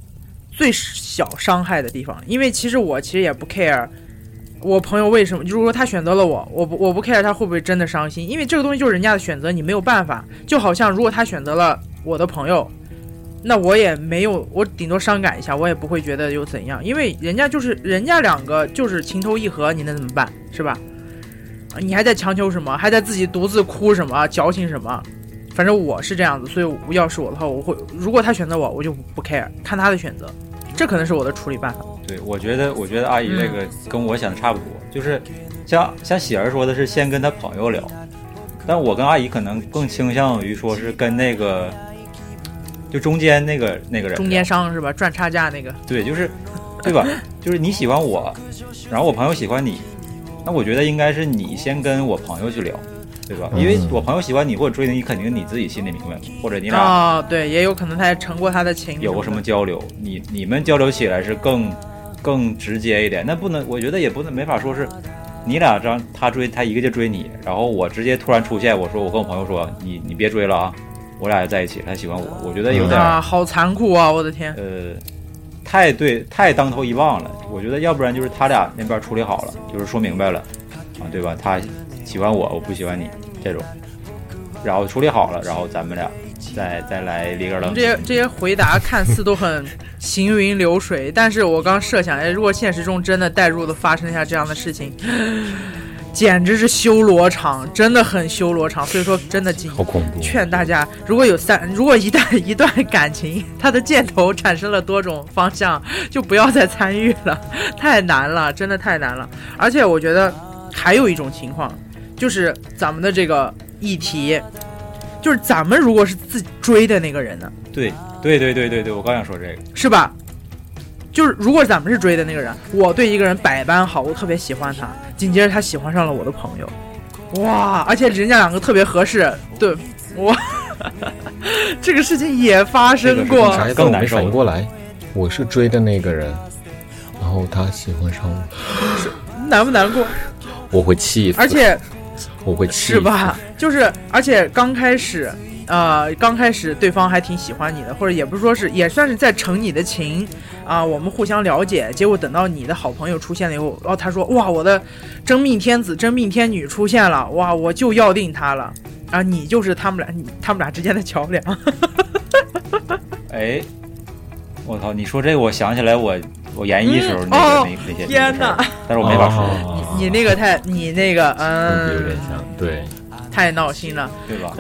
S1: 最小伤害的地方。因为其实我其实也不 care。我朋友为什么？如果他选择了我，我不我不 care 他会不会真的伤心，因为这个东西就是人家的选择，你没有办法。就好像如果他选择了我的朋友，那我也没有，我顶多伤感一下，我也不会觉得又怎样，因为人家就是人家两个就是情投意合，你能怎么办？是吧？啊你还在强求什么？还在自己独自哭什么？矫情什么？反正我是这样子，所以我要是我的话，我会如果他选择我，我就不 care，看他的选择，这可能是我的处理办法。
S3: 对，我觉得，我觉得阿姨这个
S1: 嗯
S3: 跟我想的差不多，就是像像喜儿说的是先跟她朋友聊，但我跟阿姨可能更倾向于说是跟那个，就中间那个那个人聊，
S1: 中间商是吧？赚差价那个。
S3: 对，就是，对吧？就是你喜欢我，然后我朋友喜欢你，那我觉得应该是你先跟我朋友去聊，对吧？因为
S2: 嗯
S3: 我朋友喜欢你或者追你，肯定你自己心里明白，或者你俩
S1: 哦，对，也有可能他也成过他的情，
S3: 有过什么？交流，你你们交流起来是更更直接一点。那不能，我觉得也不能没法说是你俩让他追他一个就追你，然后我直接突然出现，我说我跟我朋友说你你别追了啊，我俩也在一起，他喜欢我，我觉得有点、
S1: 啊，好残酷啊！我的天，
S3: 呃太对太当头一棒了。我觉得要不然就是他俩那边处理好了，就是说明白了啊，对吧？他喜欢我，我不喜欢你这种，然后处理好了，然后咱们俩再再来里个
S1: 我
S3: 楞
S1: 们这。些这些回答看似都很行云流水，但是我刚设想，哎，如果现实中真的代入的发生一下这样的事情，简直是修罗场，真的很修罗场。所以说，真的谨
S2: 好恐怖，
S1: 劝大家，如果有三，如果一旦一段 *laughs* 感情它的箭头产生了多种方向，就不要再参与了，太难了，真的太难了。而且我觉得还有一种情况，就是咱们的这个议题，就是咱们如果是自己追的那个人呢，
S3: 对对对对对对，我刚想说这个。
S1: 是吧？就是如果咱们是追的那个人，我对一个人百般好，我特别喜欢他，紧接着他喜欢上了我的朋友，哇！而且人家两个特别合适，对，哇， *laughs* 这个事情也发生过，
S3: 这个
S2: 啥
S3: 是
S2: 意思？
S3: 更
S2: 我
S3: 难
S2: 没
S3: 受
S2: 反应过来，我是追的那个人，然后他喜欢上我，
S1: 难不难过？
S2: 我会气死，
S1: 而且
S2: 我会气
S1: 是吧？就是而且刚开始，呃，刚开始对方还挺喜欢你的，或者也不是说是，也算是在成你的情啊、我们互相了解。结果等到你的好朋友出现了以后，哦，他说哇，我的真命天子、真命天女出现了，哇，我就要
S2: *laughs*
S1: 定他了。啊，你就是他们俩，你他们俩之间的桥梁。
S3: 哎，我操！你说这个，我想起来我我研一时候
S1: 嗯
S3: 那个、
S1: 哦
S3: 那那些
S1: 天
S3: 哪
S1: 哪！
S3: 但是我没法说，
S2: 哦
S1: 你那个太你那个
S2: *laughs* 有点
S1: 嗯，
S2: 像。对
S1: 太闹心了。
S3: 对吧？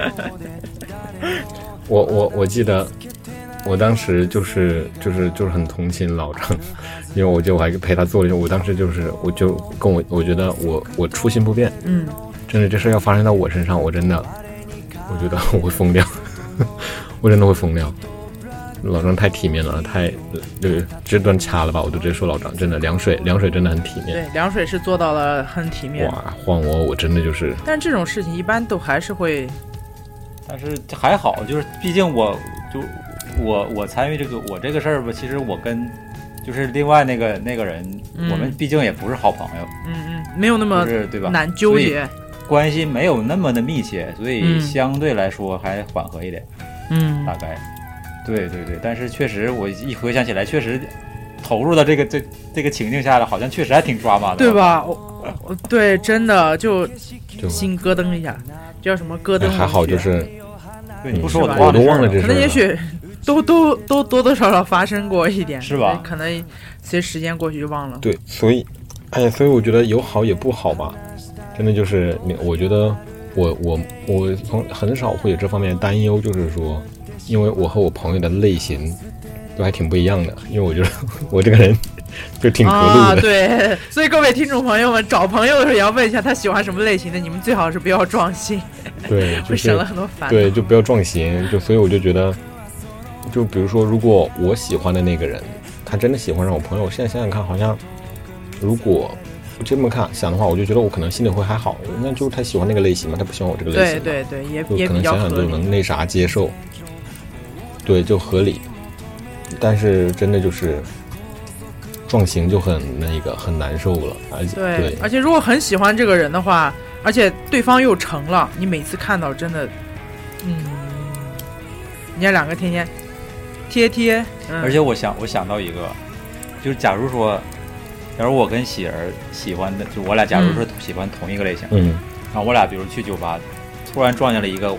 S2: 我我我记得，我当时就是就是就是很同情老张，因为我记得我还陪他做了一，我当时就是我就跟我我觉得我我初心不变，
S1: 嗯，
S2: 真的这事儿要发生到我身上，我真的我觉得我会疯掉， *laughs* 我真的会疯掉。老张太体面了，太就是这段掐了吧，我就直接说老张真的凉水凉水真的很体面。
S1: 对，凉水是做到了很体面，
S2: 哇，换我我真的就是
S1: 但这种事情一般都还是会
S3: 但是还好，就是毕竟我就我我参与这个我这个事儿吧，其实我跟就是另外那个那个人，
S1: 嗯
S3: 我们毕竟也不是好朋友，
S1: 嗯嗯没有那么
S3: 就是对吧？
S1: 难纠结。
S3: 关系没有那么的密切，所以
S1: 嗯
S3: 相对来说还缓和一点，
S1: 嗯
S3: 大概。对对对，但是确实我一回想起来，确实投入到这个这这个情境下了，好像确实还挺抓马的，
S1: 对？吧？我我对，真的就
S2: 就
S1: 心咯噔一下，叫什么咯
S2: 哎
S1: 噔？
S2: 还好就是
S3: 对，你不
S2: 嗯
S3: 说我都
S1: 是吧
S2: 我
S3: 忘了
S2: 都
S3: 事
S1: 可
S2: 忘了这
S3: 儿
S2: 事儿
S1: 能也
S2: 了。
S1: 许都都都多多少少发生过一点，
S3: 是吧
S1: 可能随时间过去就忘了。
S2: 对，所以，哎呀，所以我觉得有好也不好吧，真的就是你，我觉得我我我从很少会有这方面的担忧，就是说，因为我和我朋友的类型都还挺不一样的，因为我觉得 *laughs* 我这个人就挺格
S1: 啊，
S2: 路的，
S1: 对， *laughs* 所以各位听众朋友们，找朋友的时候也要问一下他喜欢什么类型的，你们最好是不要撞心，
S2: 对，就
S1: 会省了
S2: 是
S1: 很多烦恼。
S2: 对，就不要撞型，就所以我就觉得，就比如说，如果我喜欢的那个人，他真的喜欢上我朋友，我现在想想看，好像如果。这么看想的话，我就觉得我可能心里会还好，那就是他喜欢那个类型嘛，他不喜欢我这个类型
S1: 对
S2: 嘛。
S1: 对对，也
S2: 就
S1: 也比
S2: 可能
S1: 较
S2: 想想
S1: 合
S2: 就
S1: 理。
S2: 能那啥接受，对，就合理。但是真的就是撞型就很那个很难受了，而且
S1: 对，而且如果很喜欢这个人的话，而且对方又成了，你每次看到真的，嗯，人家两个天天贴贴，嗯，
S3: 而且我想，我想到一个，就是假如说，假如我跟喜儿喜欢的，就我俩假如
S1: 嗯
S3: 说喜欢同一个类型，
S2: 嗯
S3: 然后我俩比如去酒吧，突然撞见了一个，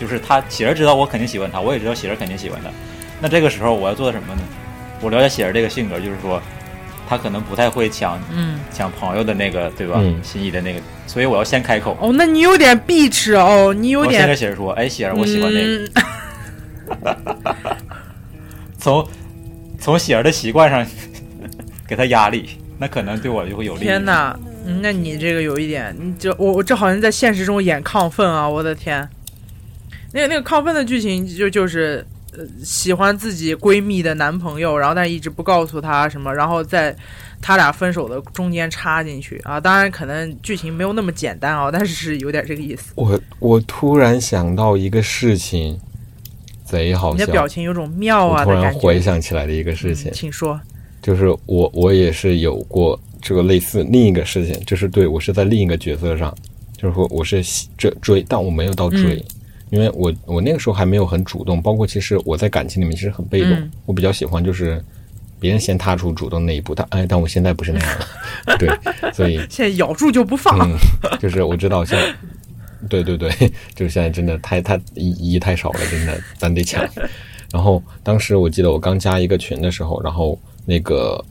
S3: 就是他喜儿知道我肯定喜欢他，我也知道喜儿肯定喜欢他，那这个时候我要做什么呢？我了解喜儿这个性格，就是说，他可能不太会抢
S1: 嗯，
S3: 抢朋友的那个，对吧？
S2: 嗯
S3: 心仪的那个，所以我要先开口，
S1: 哦，那你有点 bitch 哦，你有
S3: 我先
S1: 点
S3: 跟喜儿说，哎，喜儿，我喜欢那个，
S1: 嗯
S3: 从从喜儿的习惯上 *laughs* 给他压力，那可能对我就会有利。
S1: 天哪，嗯那你这个有一点，你这我我这好像在现实中演亢奋啊！我的天，那个那个亢奋的剧情就就是呃喜欢自己闺蜜的男朋友，然后但一直不告诉她什么，然后在他俩分手的中间插进去啊！当然可能剧情没有那么简单啊，但是是有点这个意思。
S2: 我我突然想到一个事情，贼好
S1: 你
S2: 笑
S1: 的，表情有种妙
S2: 我
S1: 啊
S2: 突
S1: 的
S2: 然
S1: 感觉
S2: 回。想起来的一个事情
S1: 嗯，请说。
S2: 就是我我也是有过这个类似另一个事情，就是对我是在另一个角色上，就是说我是喜追追，但我没有到追，
S1: 嗯
S2: 因为我我那个时候还没有很主动，包括其实我在感情里面其实很被动，
S1: 嗯
S2: 我比较喜欢就是别人先踏出主动那一步，但哎，但我现在不是那
S1: *laughs*
S2: 样了，对，所以
S1: 现在咬住就不放，
S2: *laughs* 嗯，就是我知道现在，对对对，就是现在真的太太一一太少了，真的咱得抢。然后当时我记得我刚加一个群的时候，然后那个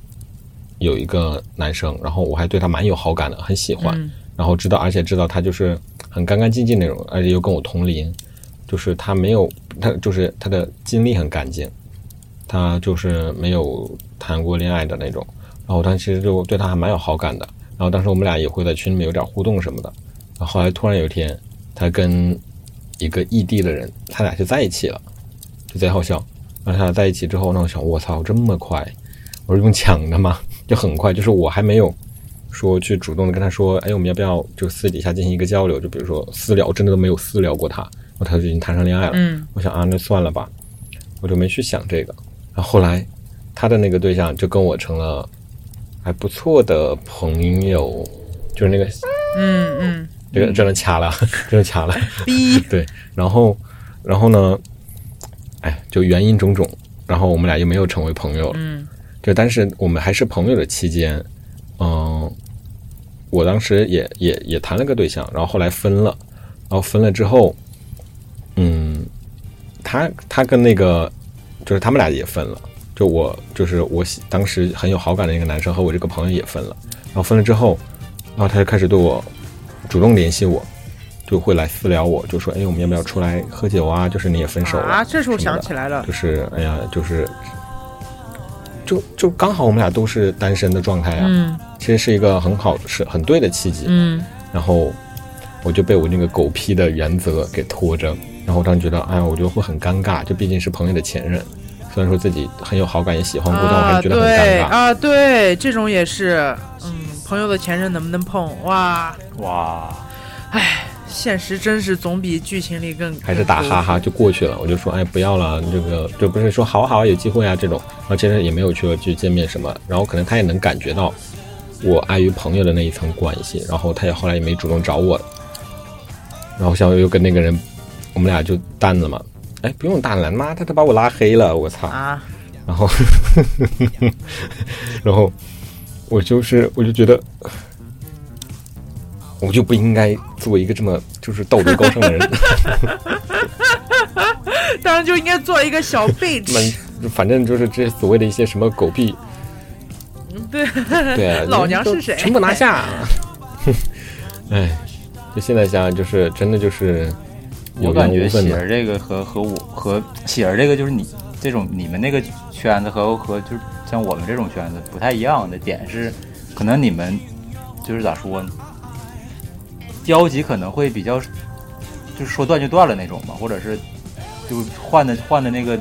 S2: 有一个男生，然后我还对他蛮有好感的，很喜欢，
S1: 嗯
S2: 然后知道而且知道他就是很干干净净那种，而且又跟我同龄，就是他没有他就是他的经历很干净，他就是没有谈过恋爱的那种。然后我当时就对他还蛮有好感的。然后当时我们俩也会在群里面有点互动什么的。然后后来突然有一天，他跟一个异地的人，他俩就在一起了，就贼好笑。然后他俩在一起之后，那我想，我操，这么快？我是用抢的吗？就很快，就是我还没有说去主动的跟他说，哎，我们要不要就私底下进行一个交流？就比如说私聊，我真的都没有私聊过他，我他就已经谈上恋爱了。
S1: 嗯
S2: 我想啊，那算了吧，我就没去想这个。然后后来，他的那个对象就跟我成了还不错的朋友，就是那个
S1: 嗯嗯，
S2: 这个真的掐了，真的掐了。 *laughs*
S1: 逼，
S2: 对，然后，然后呢，哎，就原因种种，然后我们俩又没有成为朋友了。
S1: 嗯
S2: 就但是我们还是朋友的期间，嗯、我当时也也也谈了个对象，然后后来分了，然后分了之后，嗯，他他跟那个就是他们俩也分了。就我就是我喜当时很有好感的一个男生和我这个朋友也分了，然后分了之后，然后他就开始对我主动联系我，就会来私聊我，就说哎我们要不要出来喝酒啊？就是你也分手了
S1: 啊，这时候
S2: 什么
S1: 想
S2: 的
S1: 起来了，
S2: 就是哎呀，就是就就刚好我们俩都是单身的状态啊，
S1: 嗯
S2: 其实是一个很好是很对的契机。
S1: 嗯，
S2: 然后我就被我那个狗屁的原则给拖着，然后我当时觉得，哎呀，我觉得会很尴尬，就毕竟是朋友的前任，虽然说自己很有好感也喜欢过，但我还
S1: 啊
S2: 是觉得很
S1: 对
S2: 尴尬。
S1: 啊对，这种也是，嗯，朋友的前任能不能碰？哇，
S3: 哇，
S1: 现实真是总比剧情里更
S2: 还是打哈。
S1: 嗯
S2: 哈就过去了，我就说哎不要了，这个就不是说好好有机会啊这种，然后其实也没有去去见面什么，然后可能他也能感觉到我碍于朋友的那一层关系，然后他也后来也没主动找我，然后像又跟那个人，我们俩就淡了嘛，哎不用淡了，妈他都把我拉黑了，我操，
S1: 啊，
S2: 然后然后我就是我就觉得。我就不应该做一个这么就是道德高尚的人，
S1: 当然就应该做一个小 *laughs* bitch，
S2: 那反正就是这所谓的一些什么狗屁，
S1: 对，*laughs*
S2: 对，
S1: 老娘是谁
S2: 全部拿
S1: *laughs*
S2: 下。哎，就现在想想，就是真的就是有
S3: 我感
S2: 缘
S3: 觉
S2: 无分
S3: 喜
S2: 嘛。
S3: 儿这个和和我和喜儿这个就是你这种你们那个圈子和和就是像我们这种圈子不太一样的点是，可能你们就是咋说呢，交集可能会比较就是说断就断了那种吧，或者是就是换的换的那个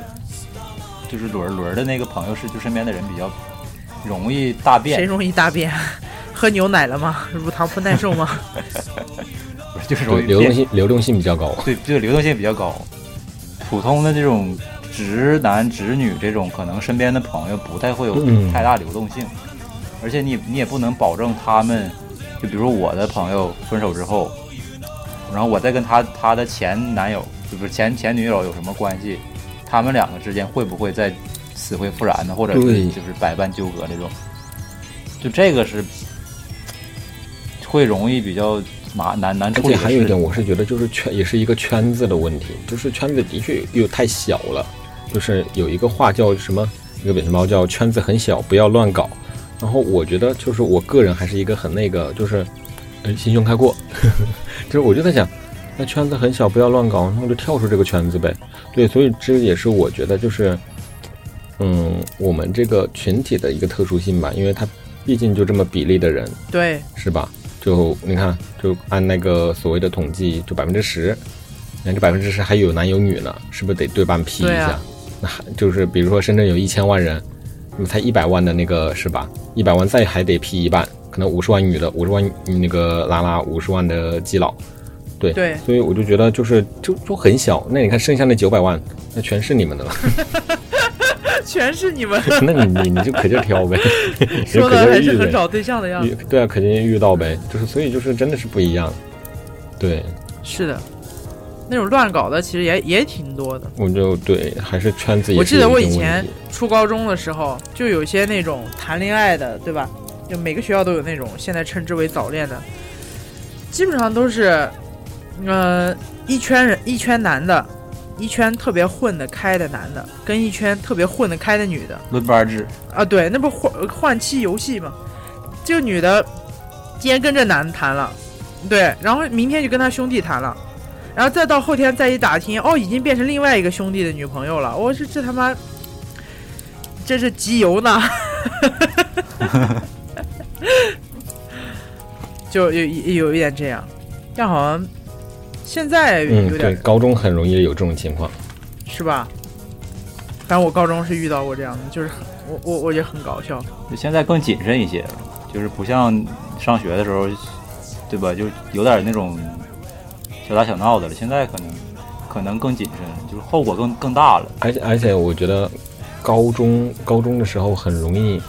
S3: 就是轮儿轮儿的那个朋友是就身边的人比较容易大
S1: 谁
S3: 变，
S1: 容易大便？ *laughs* 喝牛奶了吗？乳糖不耐受
S2: *laughs*
S1: 吗？
S3: 不是就是容
S2: 对，
S3: 易
S2: 流动
S3: 变，
S2: 性流动性比较高。
S3: 对，这个流动性比较高。普通的这种直男直女这种，可能身边的朋友不太会有
S2: 嗯
S3: 太大流动性，而且你你也不能保证他们，就比如我的朋友分手之后，然后我再跟他他的前男友，就不是前前女友有什么关系，他们两个之间会不会再死灰复燃呢？或者是
S2: 对
S3: 就是百般纠葛这种，就这个是会容易比较麻难难
S2: 而
S3: 处
S2: 且
S3: 理的
S2: 还有一
S3: 事
S2: 点，
S3: 情。
S2: 我是觉得就是圈也是一个圈子的问题，就是圈子的确又太小了。就是有一个话叫什么，一个表情包叫“圈子很小，不要乱搞”。然后我觉得就是我个人还是一个很那个，就是呃心胸开阔， *laughs* 就是我就在想，那圈子很小，不要乱搞，那我就跳出这个圈子呗。对，所以这也是我觉得就是，嗯，我们这个群体的一个特殊性吧，因为它毕竟就这么比例的人，
S1: 对，
S2: 是吧？就你看，就按那个所谓的统计，就百分之十，你看这百分之十还有男有女呢，是不是得对半劈一
S1: 对
S2: 下？
S1: 啊
S2: 那还就是比如说深圳有一千万人，那么才一百万的那个是吧？一百万再还得劈一半，可能五十万女的，五十万那个拉拉，五十万的基佬，对
S1: 对
S2: 所以我就觉得就是就就很小。那你看剩下那九百万，那全是你们的了， *laughs*
S1: 全是你们
S2: 那你你你就可劲儿
S1: *laughs*
S2: 挑呗，你就
S1: 说
S2: 可
S1: 的
S2: 劲儿
S1: 还
S2: 遇
S1: 是
S2: 呗
S1: 很。找对象的样
S2: 遇
S1: 子。
S2: 对啊，肯定遇到呗，就是所以就是真的是不一样。对，
S1: 是的，那种乱搞的其实也也挺多的。
S2: 我就对，还是圈子也
S1: 我记
S2: 是
S1: 得
S2: 有一
S1: 我
S2: 定
S1: 以
S2: 问
S1: 前
S2: 题
S1: 初高中的时候，就有些那种谈恋爱的，对吧？就每个学校都有那种，现在称之为早恋的，基本上都是，呃，一圈人一圈男的，一圈特别混得开的男的，跟一圈特别混得开的女的。
S3: 轮班制，
S1: 啊，对，那不换换妻游戏吗？这个女的今天跟这男的谈了，对，然后明天就跟他兄弟谈了，然后再到后天再一打听，哦，已经变成另外一个兄弟的女朋友了。我是这他妈，这是集邮呢， *laughs* 就有有有一点这样，但好像现在
S2: 嗯，
S1: 有点、
S2: 对，高中很容易有这种情况。
S1: 是吧？反正我高中是遇到过这样的，就是很我我我觉得很搞笑。
S3: 就现在更谨慎一些了，就是不像上学的时候，对吧？就有点那种小打小闹的了。现在可能可能更谨慎，就是后果更更大了。
S2: 而且而且，我觉得高中高中的时候很容易，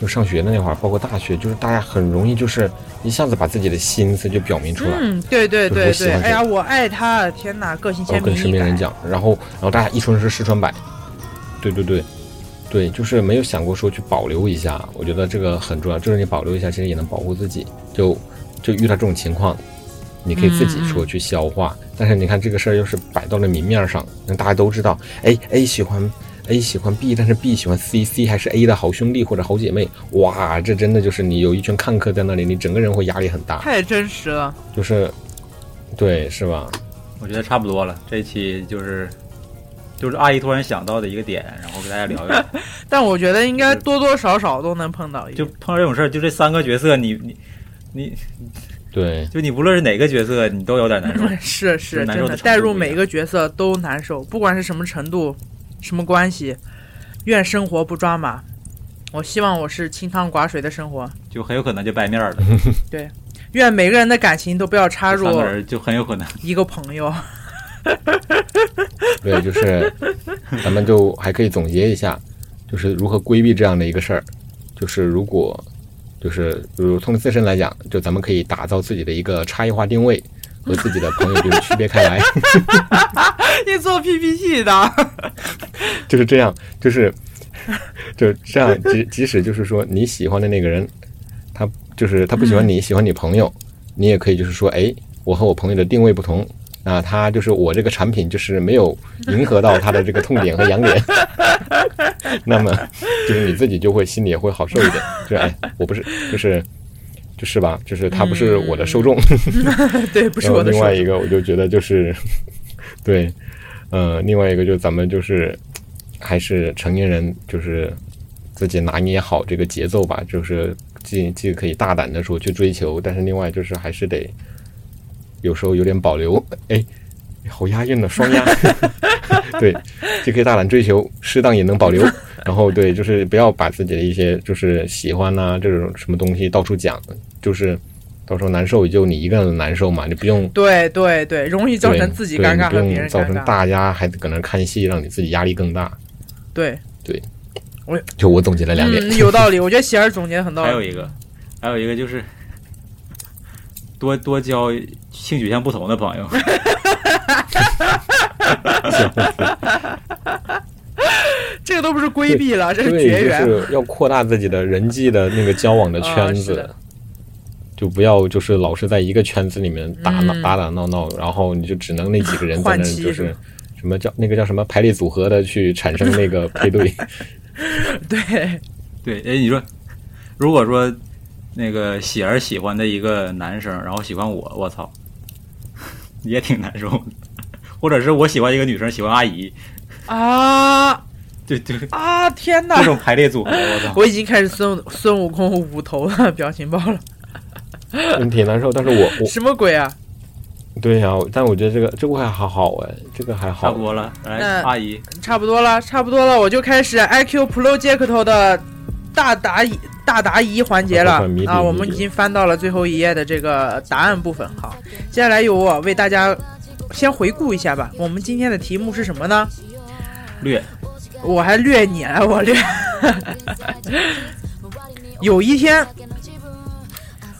S2: 就上学的那会儿，包括大学，就是大家很容易就是一下子把自己的心思就表明出来。
S1: 嗯，对对
S2: 就是
S1: 对
S2: 我喜
S1: 对，哎
S2: 欢谁
S1: 呀，我爱他，天哪，个性
S2: 然
S1: 签
S2: 后
S1: 名
S2: 哦跟身
S1: 一
S2: 边人
S1: 改，
S2: 讲，然后然后大家一传十，十传百，对对对，对，就是没有想过说去保留一下，我觉得这个很重要，就是你保留一下，其实也能保护自己，就就遇到这种情况，你可以自己说去消化，但是你看这个事儿又是摆到了明面上，那大家都知道，哎哎喜欢 A 喜欢 B，但是 B 喜欢 C，C 还是 A 的好兄弟或者好姐妹，哇，这真的就是你有一群看客在那里，你整个人会压力很大，
S1: 太真实了。
S2: 就是，对，是吧？
S3: 我觉得差不多了。这一期就是就是阿姨突然想到的一个点，然后给大家聊一 *laughs* 聊。
S1: 但我觉得应该多多少少都能碰到一
S3: 就
S1: 个。
S3: 碰到这种事儿，就这三个角色，你你你
S2: 对，
S3: 就你无论是哪个角色，你都有点 *laughs* 难受。
S1: *laughs* 是是，
S3: 难
S1: 真
S3: 受
S1: 的
S3: 的程度
S1: 带入
S3: 不一
S1: 每
S3: 样
S1: 个角色都难受，不管是什么程度、什么关系，愿生活不抓马。我希望我是清汤寡水的生活，
S3: 就很有可能就掰面了。
S1: 愿每个人的感情都不要插
S3: 这
S1: 入
S3: 三个人就很有可 *laughs* 能，
S1: 一个朋友。 *laughs*
S2: 对，就是咱们就还可以总结一下，就是如何规避这样的一个事儿。就是如果就是呃，从自身来讲，就咱们可以打造自己的一个差异化定位，和自己的朋友就是区别开来，
S1: 你做 PPT
S2: *laughs*
S1: 的，
S2: 就是这样，就是就这样。即即使就是说你喜欢的那个人，他就是他不喜欢你，喜欢你朋友，你也可以就是说，哎，我和我朋友的定位不同。啊，他就是我这个产品，就是没有迎合到他的这个痛点和痒点，那么就是你自己就会心里也会好受一点，就是哎，我不是，就是就是吧，就是他不是我的受众，
S1: 对，不是
S2: 然后
S1: 我的
S2: 另
S1: 手
S2: 外。一个，我就觉得就是，对，呃，另外一个就是咱们就是还是成年人，就是自己拿捏好这个节奏吧，就是既既可以大胆的说去追求，但是另外就是还是得有时候有点保留。哎，好押韵的双押。 *laughs* 对，既可以大胆追求，适当也能保留。然后对，就是不要把自己的一些就是喜欢呐、这种什么东西到处讲，就是到时候难受也就你一个人难受嘛，你不用
S1: 对对对，容易造
S2: 对
S1: 成自己
S2: 对
S1: 尴
S2: 你
S1: 尬
S2: 不
S1: 和别
S2: 用
S1: 人
S2: 造
S1: 尴
S2: 成
S1: 尬。
S2: 大家还搁那儿看戏，让你自己压力更大。
S1: 对，
S2: 就我总结了两点，
S1: 嗯，有道理。我觉得喜儿总结得很到
S3: 还有
S1: 位。
S3: 一个，还有一个就是多多交性取向不同的朋友。
S1: 这个都不是规避了，这是绝
S2: 对，
S1: 缘。
S2: 就是要扩大自己的人际的那个交往的圈
S1: 啊是
S2: 子
S1: 的，
S2: 就不要就是老是在一个圈子里面打闹
S1: 嗯
S2: 打打闹闹，然后你就只能那几个人在
S1: 换
S2: 那
S1: 妻
S2: 就是是什么叫那个叫什么排列组合的去产生那
S1: *laughs*
S2: 个配对，
S1: 对，
S3: 对，哎，你说，如果说那个喜儿喜欢的一个男生，然后喜欢我，我操， *laughs* 也挺难受的。或者是我喜欢一个女生，喜欢阿姨，
S1: 啊 *laughs*
S3: 对对，
S1: 啊！天哪
S3: 这！种排列组合，我操，
S1: 我已经开始孙孙悟空五头的表情包了，
S2: 嗯挺难受。但是我我
S1: 什么鬼啊？
S2: 对呀、但我觉得这个这个还好好哎，这个还
S3: 差
S2: 好
S1: 啊
S3: 不。多了。来，
S1: 那
S3: 阿姨，
S1: 差不多了，差不多了，我就开始 IQ Project 的大答疑大答疑环节了
S2: 快快迷
S1: 啊！
S2: 离
S1: 我
S2: 迷
S1: 们已
S2: 离
S1: 经翻到了最后一页的这个答案部分。好，接下来由我为大家先回顾一下吧。我们今天的题目是什么呢？
S3: 略，
S1: 我还略你了， *laughs* 我略。有一天，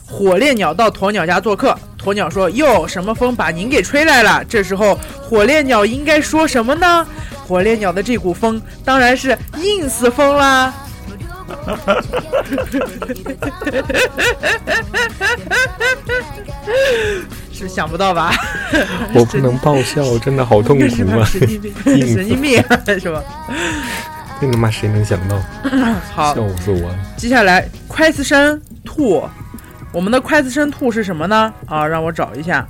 S1: 火烈鸟到鸵鸟家做客，鸵鸟说：“哟，什么风把您给吹来了？”这时候，火烈鸟应该说什么呢？火烈鸟的这股风当然是 ins 风啦。是想不到吧？
S2: 我不能爆笑，真的好痛
S1: *laughs*
S2: 啊
S1: 是吧？神经病，
S2: ins
S1: 神经病是吧？
S2: 这他妈谁能想到？
S1: 好，
S2: 死我了！
S1: 接下来快思生兔，我们的快思生兔是什么呢？啊，让我找一下，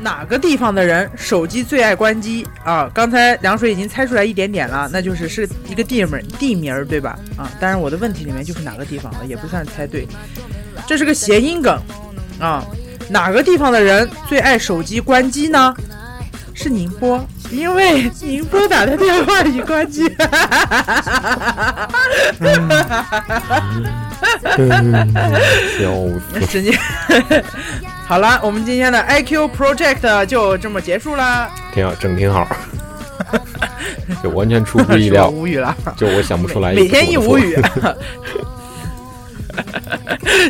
S1: 哪个地方的人手机最爱关机啊？刚才凉水已经猜出来一点点了，那就是是一个地名儿地名儿对吧？啊，当然我的问题里面就是哪个地方了，也不算猜对，这是个谐音梗啊。哪个地方的人最爱手机关机呢？是宁波，因为宁波打的电话已关机。
S2: 笑
S1: *laughs*
S2: 死！
S1: 神经。好了，我们今天的 IQ Project 就这么结束啦，
S2: 挺好，整挺好，就完全出乎意
S1: 我
S2: 料，
S1: 无语了，
S2: 就我想不出来。
S1: 每天一无语。 *laughs*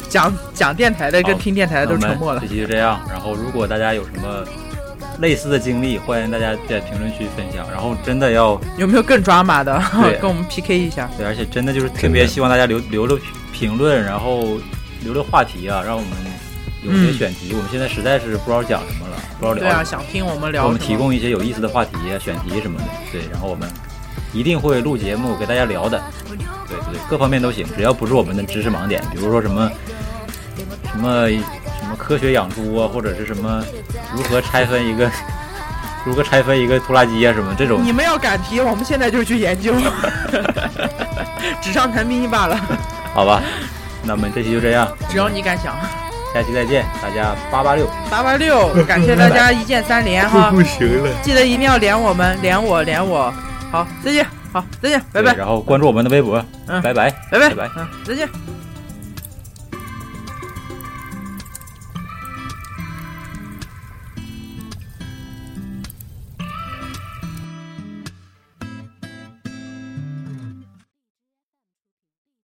S1: 讲讲电台的跟听电台的
S3: 那
S1: 都
S3: 我
S1: 沉
S3: 们
S1: 默了
S3: 这，期就这样。然后，如果大家有什么类似的经历，欢迎大家在评论区分享。然后，真的要
S1: 有没有更抓马的
S3: 对
S1: *laughs* 跟我们 PK 一下？
S3: 对，而且真的就是特别希望大家留留留评论，然后留留话题啊，让我们有些选题。我们现在实在是不知道讲什么了，不知道
S1: 对
S3: 聊
S1: 啊，
S3: 什么。
S1: 想听我们
S3: 给我
S1: 聊
S3: 们
S1: 什
S3: 提
S1: 么？
S3: 供一些有意思的话题、选题什么的，对，然后我们一定会录节目给大家聊的。对对对，各方面都行，只要不是我们的知识盲点，比如说什么什么什么科学养猪啊，或者是什么如何拆分一个 *laughs* 如何拆分一个拖拉机啊什么这种
S1: 你们要敢提，我们现在就去研究， *laughs* 纸上谈兵罢了。
S3: 好吧，那么这期就这样，
S1: *laughs* 只要你敢想，
S3: 下期再见，大家八八六，
S1: 八八六，感谢大家一键三连哈，
S2: 行了。
S1: 记得一定要连我们，连我，连我。好，再见，好，再见，拜
S3: 对
S1: 拜，
S3: 然后关注我们的微博，
S1: 嗯
S3: 拜拜，
S1: 拜拜，
S3: 拜拜
S1: 嗯，再见，嗯。